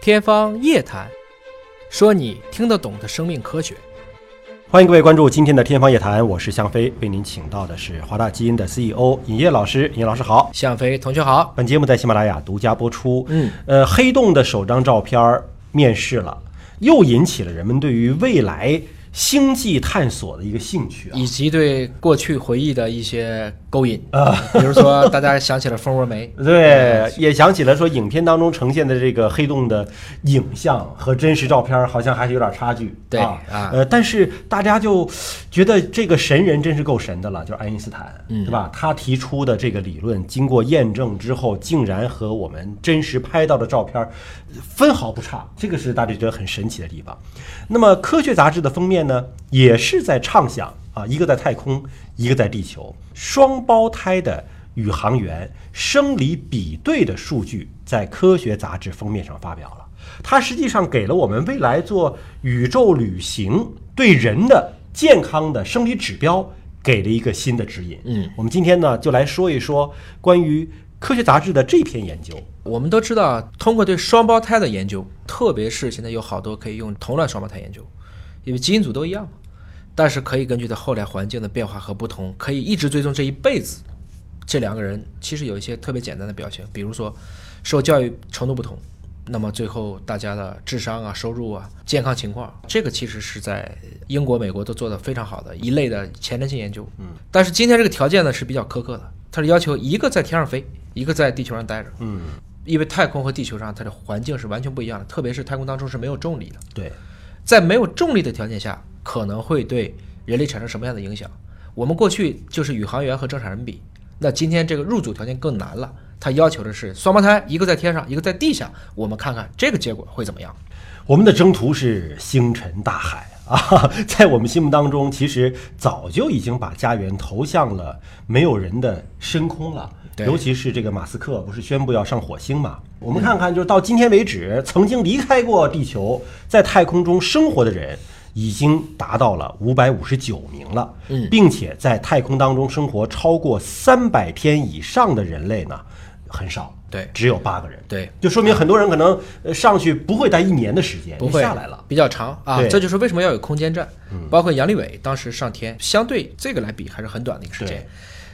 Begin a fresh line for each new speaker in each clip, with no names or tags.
天方夜谭，说你听得懂的生命科学。
欢迎各位关注今天的《天方夜谭》，我是向飞，为您请到的是华大基因的 CEO 尹烨老师。尹烨老师好，
向飞同学好，
本节目在喜马拉雅独家播出。
嗯，
呃，黑洞的首张照片儿面世了，又引起了人们对于未来星际探索的一个兴趣啊。，
以及对过去回忆的一些勾引啊，比如说大家想起了蜂窝煤
对，也想起了说，影片当中呈现的这个黑洞的影像和真实照片儿好像还是有点差距。
对
啊，
啊
呃，但是大家就觉得这个神人真是够神的了，就是爱因斯坦，嗯、对吧？他提出的这个理论，经过验证之后，竟然和我们真实拍到的照片儿分毫不差，这个是大家觉得很神奇的地方。那么，《科学》杂志的封面呢，也是在畅想啊，一个在太空，一个在地球，双胞胎的。宇航员生理比对的数据在《科学》杂志封面上发表了。它实际上给了我们未来做宇宙旅行对人的健康的生理指标给了一个新的指引。
嗯，
我们今天呢就来说一说关于《科学》杂志的这篇研究。
我们都知道，通过对双胞胎的研究，特别是现在有好多可以用同卵双胞胎研究，因为基因组都一样嘛，但是可以根据的后来环境的变化和不同，可以一直追踪这一辈子。这两个人其实有一些特别简单的表现，比如说受教育程度不同，那么最后大家的智商啊、收入啊、健康情况，这个其实是在英国、美国都做得非常好的一类的前瞻性研究。嗯，但是今天这个条件呢是比较苛刻的，它是要求一个在天上飞，一个在地球上待着。
嗯，
因为太空和地球上它的环境是完全不一样的，特别是太空当中是没有重力的，
对，
在没有重力的条件下，可能会对人类产生什么样的影响？我们过去就是宇航员和正常人比，那今天这个入组条件更难了，它要求的是双胞胎，一个在天上，一个在地下，我们看看这个结果会怎么样？
我们的征途是星辰大海啊， 在我们心目当中，其实早就已经把家园投向了没有人的深空了。
对
尤其是这个马斯克不是宣布要上火星嘛？我们看看，就是到今天为止，曾经离开过地球，在太空中生活的人。已经达到了五百五十九名了，
嗯
并且在太空当中生活超过三百天以上的人类呢，很少，
对
只有八个人，
对，
就说明很多人可能呃上去不会待一年的时间，
不
就
会
下来了。，
比较长啊
对。
这就是为什么要有空间站，
嗯
包括杨利伟当时上天，相对这个来比还是很短的一个时间
对。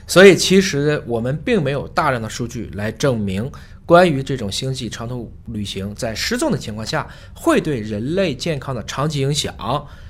所以其实我们并没有大量的数据来证明关于这种星际长途旅行在失重的情况下会对人类健康的长期影响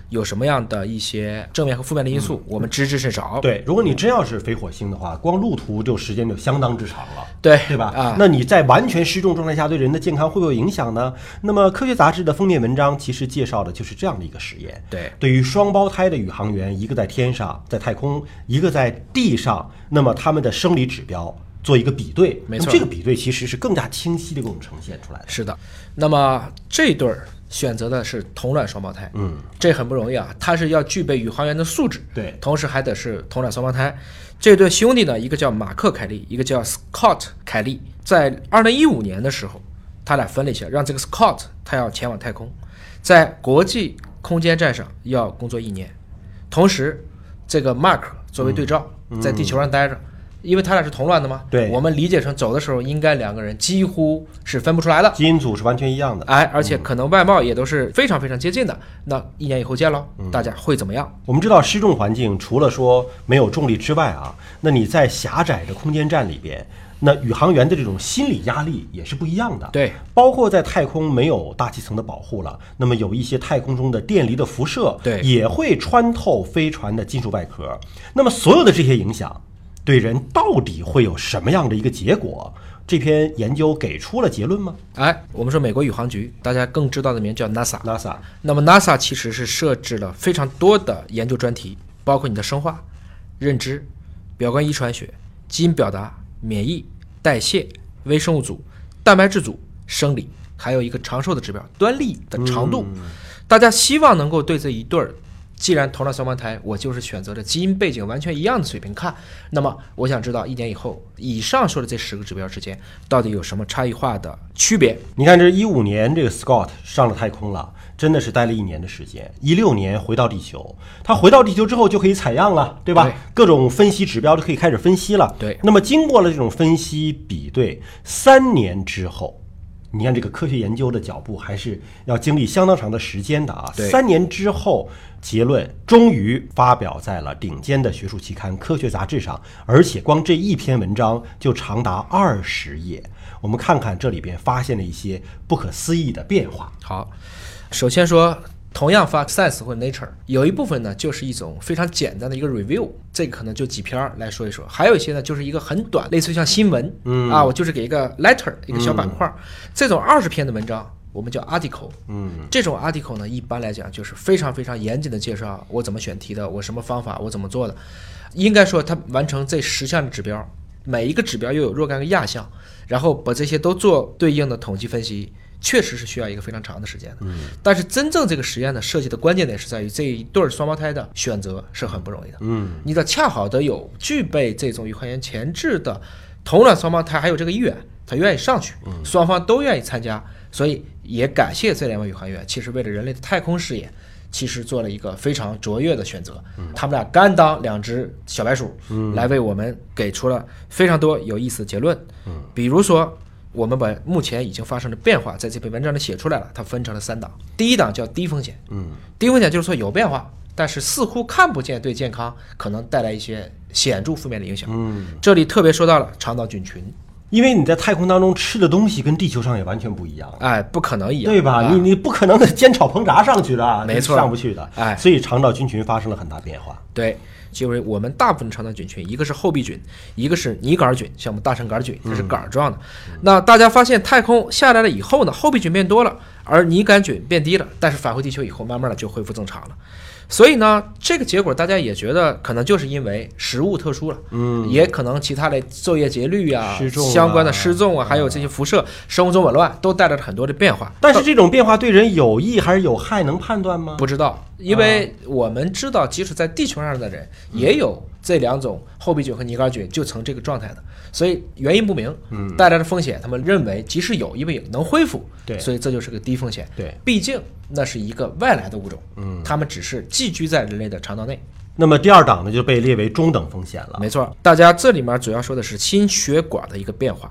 有什么样的一些正面和负面的因素，我们知之甚少。
嗯对，如果你真要是飞火星的话，光路途就时间就相当之长了。
对
对吧？
啊，
那你在完全失重状态下对人的健康会不会有影响呢？那么，《科学》杂志的封面文章其实介绍的就是这样的一个实验。
对，
对于双胞胎的宇航员，一个在天上，在太空；一个在地上，那么他们的生理指标做一个比对，
没
那么
错
这个比对其实是更加清晰的给我们呈现出来的。
是的，那么这对儿选择的是同卵双胞胎，
嗯，
这很不容易啊，它是要具备宇航员的素质，
对
同时还得是同卵双胞胎。这对兄弟呢，一个叫马克·凯利，一个叫 Scott 凯利，在二零一五年的时候，他俩分了一下，让这个 Scott 他要前往太空，在国际空间站上要工作一年，同时这个 Mark 作为对照，在地球上待着。因为他俩是同卵的嘛，
嗯对
我们理解成走的时候应该两个人几乎是分不出来的，
基因组是完全一样的。
哎，而且可能外貌也都是非常非常接近的。那一年以后见喽，大家会怎么样？
我们知道失重环境除了说没有重力之外啊，那你在狭窄的空间站里边，那宇航员的这种心理压力也是不一样的。
对，
包括在太空没有大气层的保护了，那么有一些太空中的电离的辐射，
对
也会穿透飞船的金属外壳。那么所有的这些影响，对人到底会有什么样的一个结果？这篇研究给出了结论吗
哎，我们说美国宇航局，大家更知道的名叫 NASA。
？NASA
那么 NASA 其实是设置了非常多的研究专题，包括你的生化、认知、表观遗传学、基因表达、免疫、代谢、微生物组、蛋白质组、生理，还有一个长寿的指标端粒的长度。大家希望能够对这一对儿，既然同卵双胞胎，我就是选择了基因背景完全一样的水平看，那么我想知道一年以后，以上说的这十个指标之间到底有什么差异化的区别？
你看，这一五年这个 Scott 上了太空了，真的是待了一年的时间。一六年回到地球，他回到地球之后就可以采样了，对吧？
对
各种分析指标就可以开始分析了。
对
那么经过了这种分析比对，三年之后，你看这个科学研究的脚步还是要经历相当长的时间的啊。
对
三年之后，结论终于发表在了顶尖的学术期刊《科学》杂志上，而且光这一篇文章就长达二十页。我们看看这里边发现了一些不可思议的变化。
好，首先说，同样发 Science 或 Nature，有一部分呢就是一种非常简单的一个 review，这个可能就几篇儿来说一说；还有一些呢就是一个很短，类似于像新闻，嗯啊，我就是给一个 letter 一个小板块儿，这种二十篇的文章。我们叫 article，嗯，这种 article 呢，一般来讲就是非常非常严谨的介绍我怎么选题的，我什么方法，我怎么做的。应该说，它完成这十项的指标，每一个指标又有若干个亚项，然后把这些都做对应的统计分析，确实是需要一个非常长的时间的。嗯、但是真正这个实验呢，设计的关键点是在于这一对儿双胞胎的选择是很不容易的。嗯，你得恰好的有具备这种与患源前置的同卵双胞胎，还有这个意愿，他愿意上去，双方都愿意参加，所以也感谢这两位宇航员，其实为了人类的太空事业。其实做了一个非常卓越的选择，他们俩甘当两只小白鼠，来为我们给出了非常多有意思的结论。比如说，我们把目前已经发生的变化在这篇文章里写出来了，它分成了三档。第一档叫低风险，嗯，低风险就是说有变化，但是似乎看不见对健康可能带来一些显著负面的影响。嗯，这里特别说到了肠道菌群，
因为你在太空当中吃的东西跟地球上也完全不一样，
哎，不可能一样，
对吧？
啊
你你不可能煎炒烹炸上去 的，
没错
上不去的。
哎
所以肠道菌群发生了很大变化。
对，就是我们大部分肠道菌群，一个是厚壁菌，一个是拟杆菌，像我们大肠杆菌，它
嗯
是杆儿状的。那大家发现太空下来了以后呢，厚壁菌变多了，而拟杆菌变低了，但是返回地球以后，慢慢的就恢复正常了。所以呢，这个结果大家也觉得可能就是因为食物特殊了，嗯，也可能其他的昼夜节律啊、
失重啊
相关的失重啊，还有这些辐射、生物钟紊乱，都带来了很多的变化。
但是这种变化对人有益还是有害，能判断吗？
不知道，因为我们知道，即使在地球上的人
嗯
也有这两种厚壁菌和拟杆菌，就呈这个状态的，所以原因不明，嗯，带来的风险，他们认为即使有，因为也能恢复，
对
所以这就是个低风险，
对，
毕竟那是一个外来的物种，嗯，他们只是寄居在人类的肠道内，
那么第二档呢就被列为中等风险了。
没错，啊大家这里面主要说的是心血管的一个变化，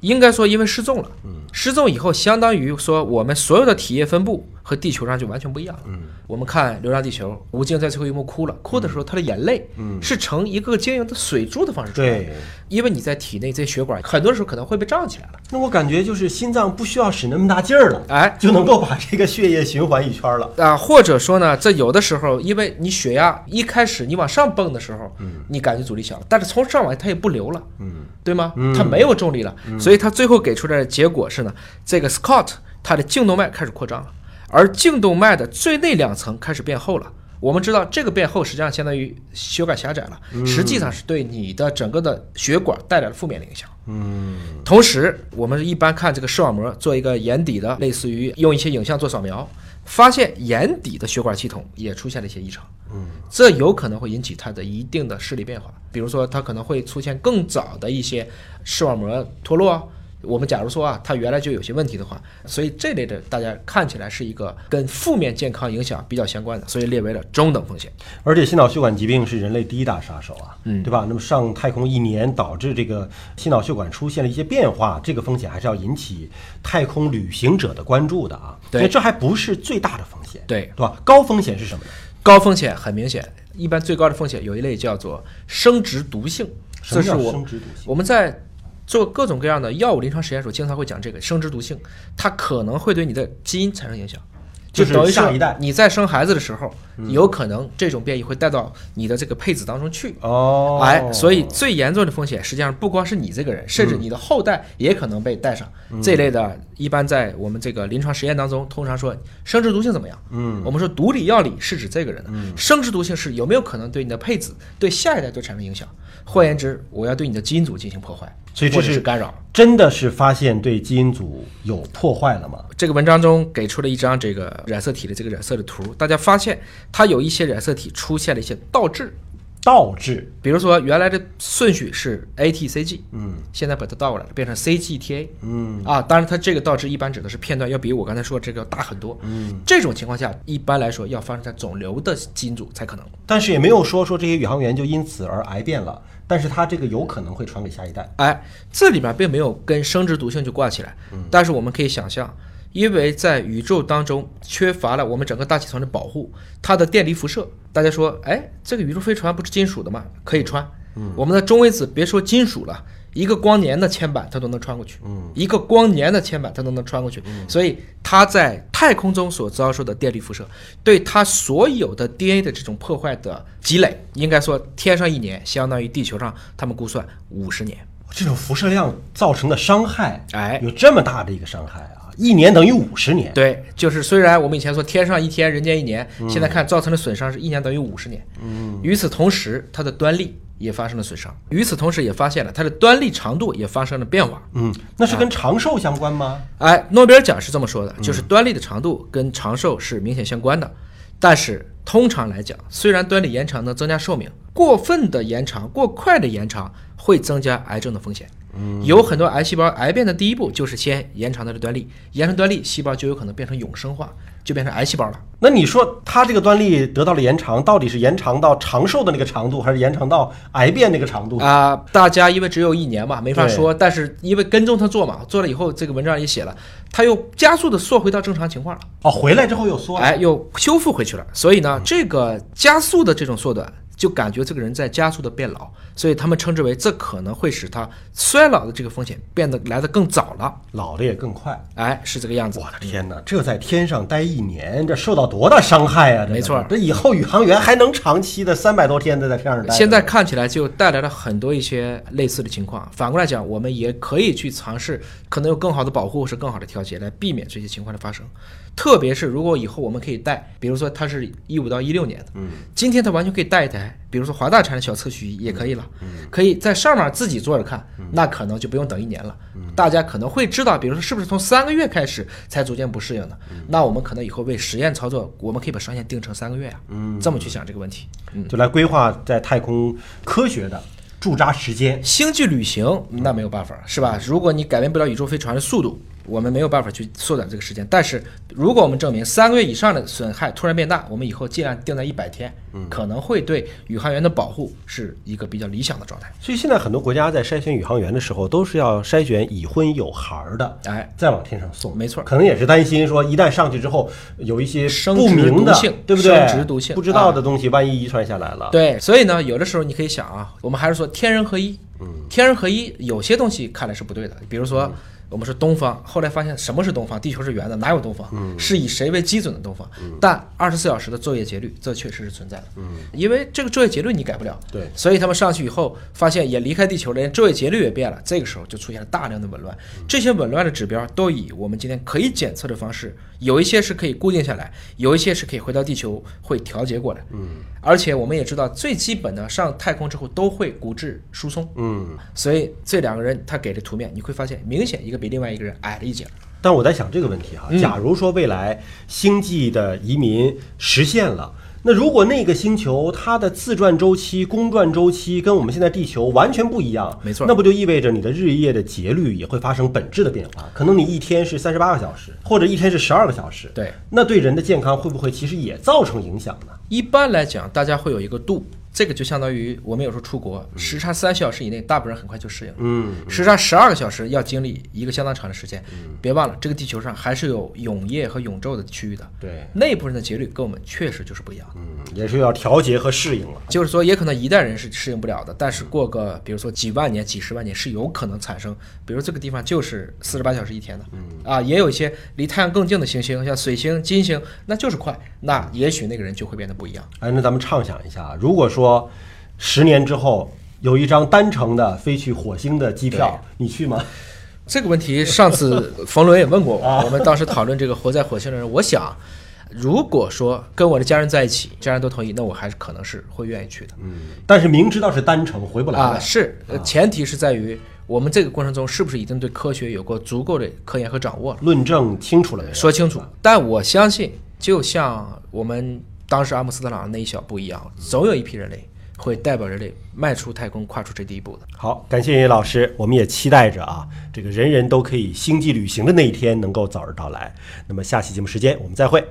应该说因为失重了，失重以后相当于说我们所有的体液分布和地球上就完全不一样了。我们看《流浪地球》，吴京在最后一幕哭了，哭的时候他的眼泪是呈一个晶莹的水珠的方式出来的
对，
因为你在体内这些血管很多时候可能会被胀起来了。
那我感觉就是心脏不需要使那么大劲儿了，
哎
就能够把这个血液循环一圈了。
啊、或者说呢，这有的时候，因为你血压一开始你往上蹦的时候，你感觉阻力小，但是从上往下它也不流了，嗯，对吗？它没有重力了，所以它最后给出来的结果是呢，这个 Scott 它的颈动脉开始扩张了，而颈动脉的最内两层开始变厚了。我们知道这个变厚实际上相当于血管狭窄了，实际上是对你的整个的血管带来了负面的影响。同时，我们一般看这个视网膜做一个眼底的，类似于用一些影像做扫描，发现眼底的血管系统也出现了一些异常。嗯，这有可能会引起它的一定的视力变化，比如说它可能会出现更早的一些视网膜脱落啊。我们假如说啊，它原来就有些问题的话，所以这类的大家看起来是一个跟负面健康影响比较相关的，所以列为了中等风险。
而且心脑血管疾病是人类第一大杀手啊，嗯，对吧？那么上太空一年导致这个心脑血管出现了一些变化，这个风险还是要引起太空旅行者的关注的啊。
对
因为这还不是最大的风险，
对
对吧？高风险是什么呢？
高风险很明显，一般最高的风险有一类叫做生殖毒性，
什
这
么
是
叫
我
生殖毒性？
我们在做各种各样的药物临床实验的时候，经常会讲这个生殖毒性，它可能会对你的基因产生影响，
就是
等于
下
说
一代嗯
你在生孩子的时候，有可能这种变异会带到你的这个配子当中去。
哦，嗯
哎，所以最严重的风险，实际上不光是你这个人，甚至你的后代也可能被带上、这类的。一般在我们这个临床实验当中，通常说生殖毒性怎么样？嗯，我们说毒理药理是指这个人的，
嗯
生殖毒性是有没有可能对你的配子、对下一代都产生影响？换言之，我要对你的基因组进行破坏，
所以这
或者
是
是干扰。
真的是发现对基因组有破坏了吗？
这个文章中给出了一张这个染色体的这个染色的图，大家发现它有一些染色体出现了一些倒置，
倒置，
比如说原来的顺序是 ATCG，嗯，现在把它倒过来了，变成 CGTA，嗯，啊，当然它这个倒置一般指的是片段，要比我刚才说的这个要大很多，嗯，这种情况下一般来说要发生在肿瘤的基因组才可能，
但是也没有说说这些宇航员就因此而癌变了，但是它这个有可能会传给下一代。
哎，这里面并没有跟生殖毒性就挂起来，但是我们可以想象，因为在宇宙当中缺乏了我们整个大气层的保护，它的电离辐射，大家说，哎，这个宇宙飞船不是金属的吗？可以穿。我们的中微子别说金属了，一个光年的铅板它都能穿过去，一个光年的铅板它都能穿过去，所以它在太空中所遭受的电力辐射，对它所有的 DNA 的这种破坏的积累，应该说天上一年相当于地球上他们估算五十年。
这种辐射量造成的伤害，
哎
有这么大的一个伤害啊！一年等于五十年，
对，就是虽然我们以前说天上一天，人间一年，现在看造成的损伤是一年等于五十年。嗯，与此同时，它的端粒也发生了损伤，与此同时也发现了它的端粒长度也发生了变化。
嗯，那是跟长寿相关吗？
哎，诺贝尔奖是这么说的，就是端粒的长度跟长寿是明显相关的，但是通常来讲，虽然端粒延长能增加寿命，过分的延长、过快的延长会增加癌症的风险。有很多癌细胞癌变的第一步就是先延长它的端粒，延长端粒，细胞就有可能变成永生化，就变成癌细胞了。
那你说它这个端粒得到了延长，到底是延长到长寿的那个长度，还是延长到癌变那个长度？
啊、大家因为只有一年嘛，没法
嗯对
说。但是因为跟踪他做嘛，做了以后，这个文章也写了，他又加速的缩回到正常情况了，
哦，回来之后又缩了。
哎，又修复回去了。所以呢，这个加速的这种缩短，就感觉这个人在加速的变老，所以他们称之为这可能会使他衰老的这个风险变得来得更早了。
老的也更快。
哎，是这个样子。
我的天哪，这在天上待一年，这受到多大伤害啊！这个
没错
这以后宇航员还能长期的三百多天的在天上待？
现在看起来就带来了很多一些类似的情况。反过来讲，我们也可以去尝试，可能有更好的保护或是更好的调节，来避免这些情况的发生。特别是如果以后我们可以带，比如说它是一五到一六年的，嗯，今天它完全可以带一台，比如说华大产的小测序仪也可以了，可以在上面自己坐着看，那可能就不用等一年了。大家可能会知道，比如说是不是从三个月开始才逐渐不适应的？那我们可能以后为实验操作，我们可以把上限定成三个月啊，嗯，这么去想这个问题，嗯。
就来规划在太空科学的驻扎时间。
星际旅行那没有办法，是吧？如果你改变不了宇宙飞船的速度，我们没有办法去缩短这个时间。但是，如果我们证明三个月以上的损害突然变大，我们以后尽量定在一百天，可能会对宇航员的保护是一个比较理想的状态。
所以现在很多国家在筛选宇航员的时候，都是要筛选已婚有孩儿的，
哎，
再往天上送。
没错
可能也是担心说，一旦上去之后有一些
生
不
殖
明的
毒性，
对不对？
生殖毒性嗯
不知道的东西，万一遗传下来了，
对，所以呢，有的时候你可以想啊，我们还是说天人合一。天人合一，有些东西看来是不对的，比如说。我们说东方，后来发现什么是东方？地球是圆的，哪有东方？是以谁为基准的东方？但二十四小时的昼夜节律，这确实是存在的。因为这个昼夜节律你改不了，
对
所以他们上去以后发现也离开地球了，连昼夜节律也变了。这个时候就出现了大量的紊乱，这些紊乱的指标都以我们今天可以检测的方式，有一些是可以固定下来，有一些是可以回到地球会调节过来。嗯，而且我们也知道，最基本的上太空之后都会骨质疏松。
嗯。
所以这两个人他给的图面，你会发现明显一个比另外一个人矮了一截儿。
但我在想这个问题哈，
嗯
假如说未来星际的移民实现了。那如果那个星球它的自转周期、公转周期跟我们现在地球完全不一样，
没错
那不就意味着你的日夜的节律也会发生本质的变化？可能你一天是三十八个小时，或者一天是十二个小时，
对，
那对人的健康会不会其实也造成影响呢？
一般来讲，大家会有一个度，这个就相当于我们有时候出国，时差三小时以内，大部分人很快就适应了。
嗯，
时差十二个小时要经历一个相当长的时间。别忘了，这个地球上还是有永夜和永昼的区域的。
对，
那部分的节律跟我们确实就是不一样的。
嗯，也是要调节和适应了。
就是说，也可能一代人是适应不了的，但是过个比如说几万年、几十万年是有可能产生，比如这个地方就是四十八小时一天
嗯
的，啊，也有一些离太阳更近的行星，像水星、金星，那就是快，那也许那个人就会变得不一样。
哎，那咱们畅想一下，啊如果说十年之后有一张单程的飞去火星的机票，你去吗？
这个问题上次 冯仑也问过
啊
我，我们当时讨论这个活在火星的人，我想，如果说跟我的家人在一起，家人都同意，那我还是可能是会愿意去的。
嗯，但是明知道是单程回不来
啊，
了，
是，呃前提是在于我们这个过程中是不是已经对科学有过足够的科研和掌握了，
论证清楚了没有？
说清楚。但我相信，就像我们当时阿姆斯特朗那一小步一样，总有一批人类会代表人类迈出太空、跨出这第一步的。
好，感谢叶老师，我们也期待着啊，这个人人都可以星际旅行的那一天能够早日到来。那么下期节目时间我们再会。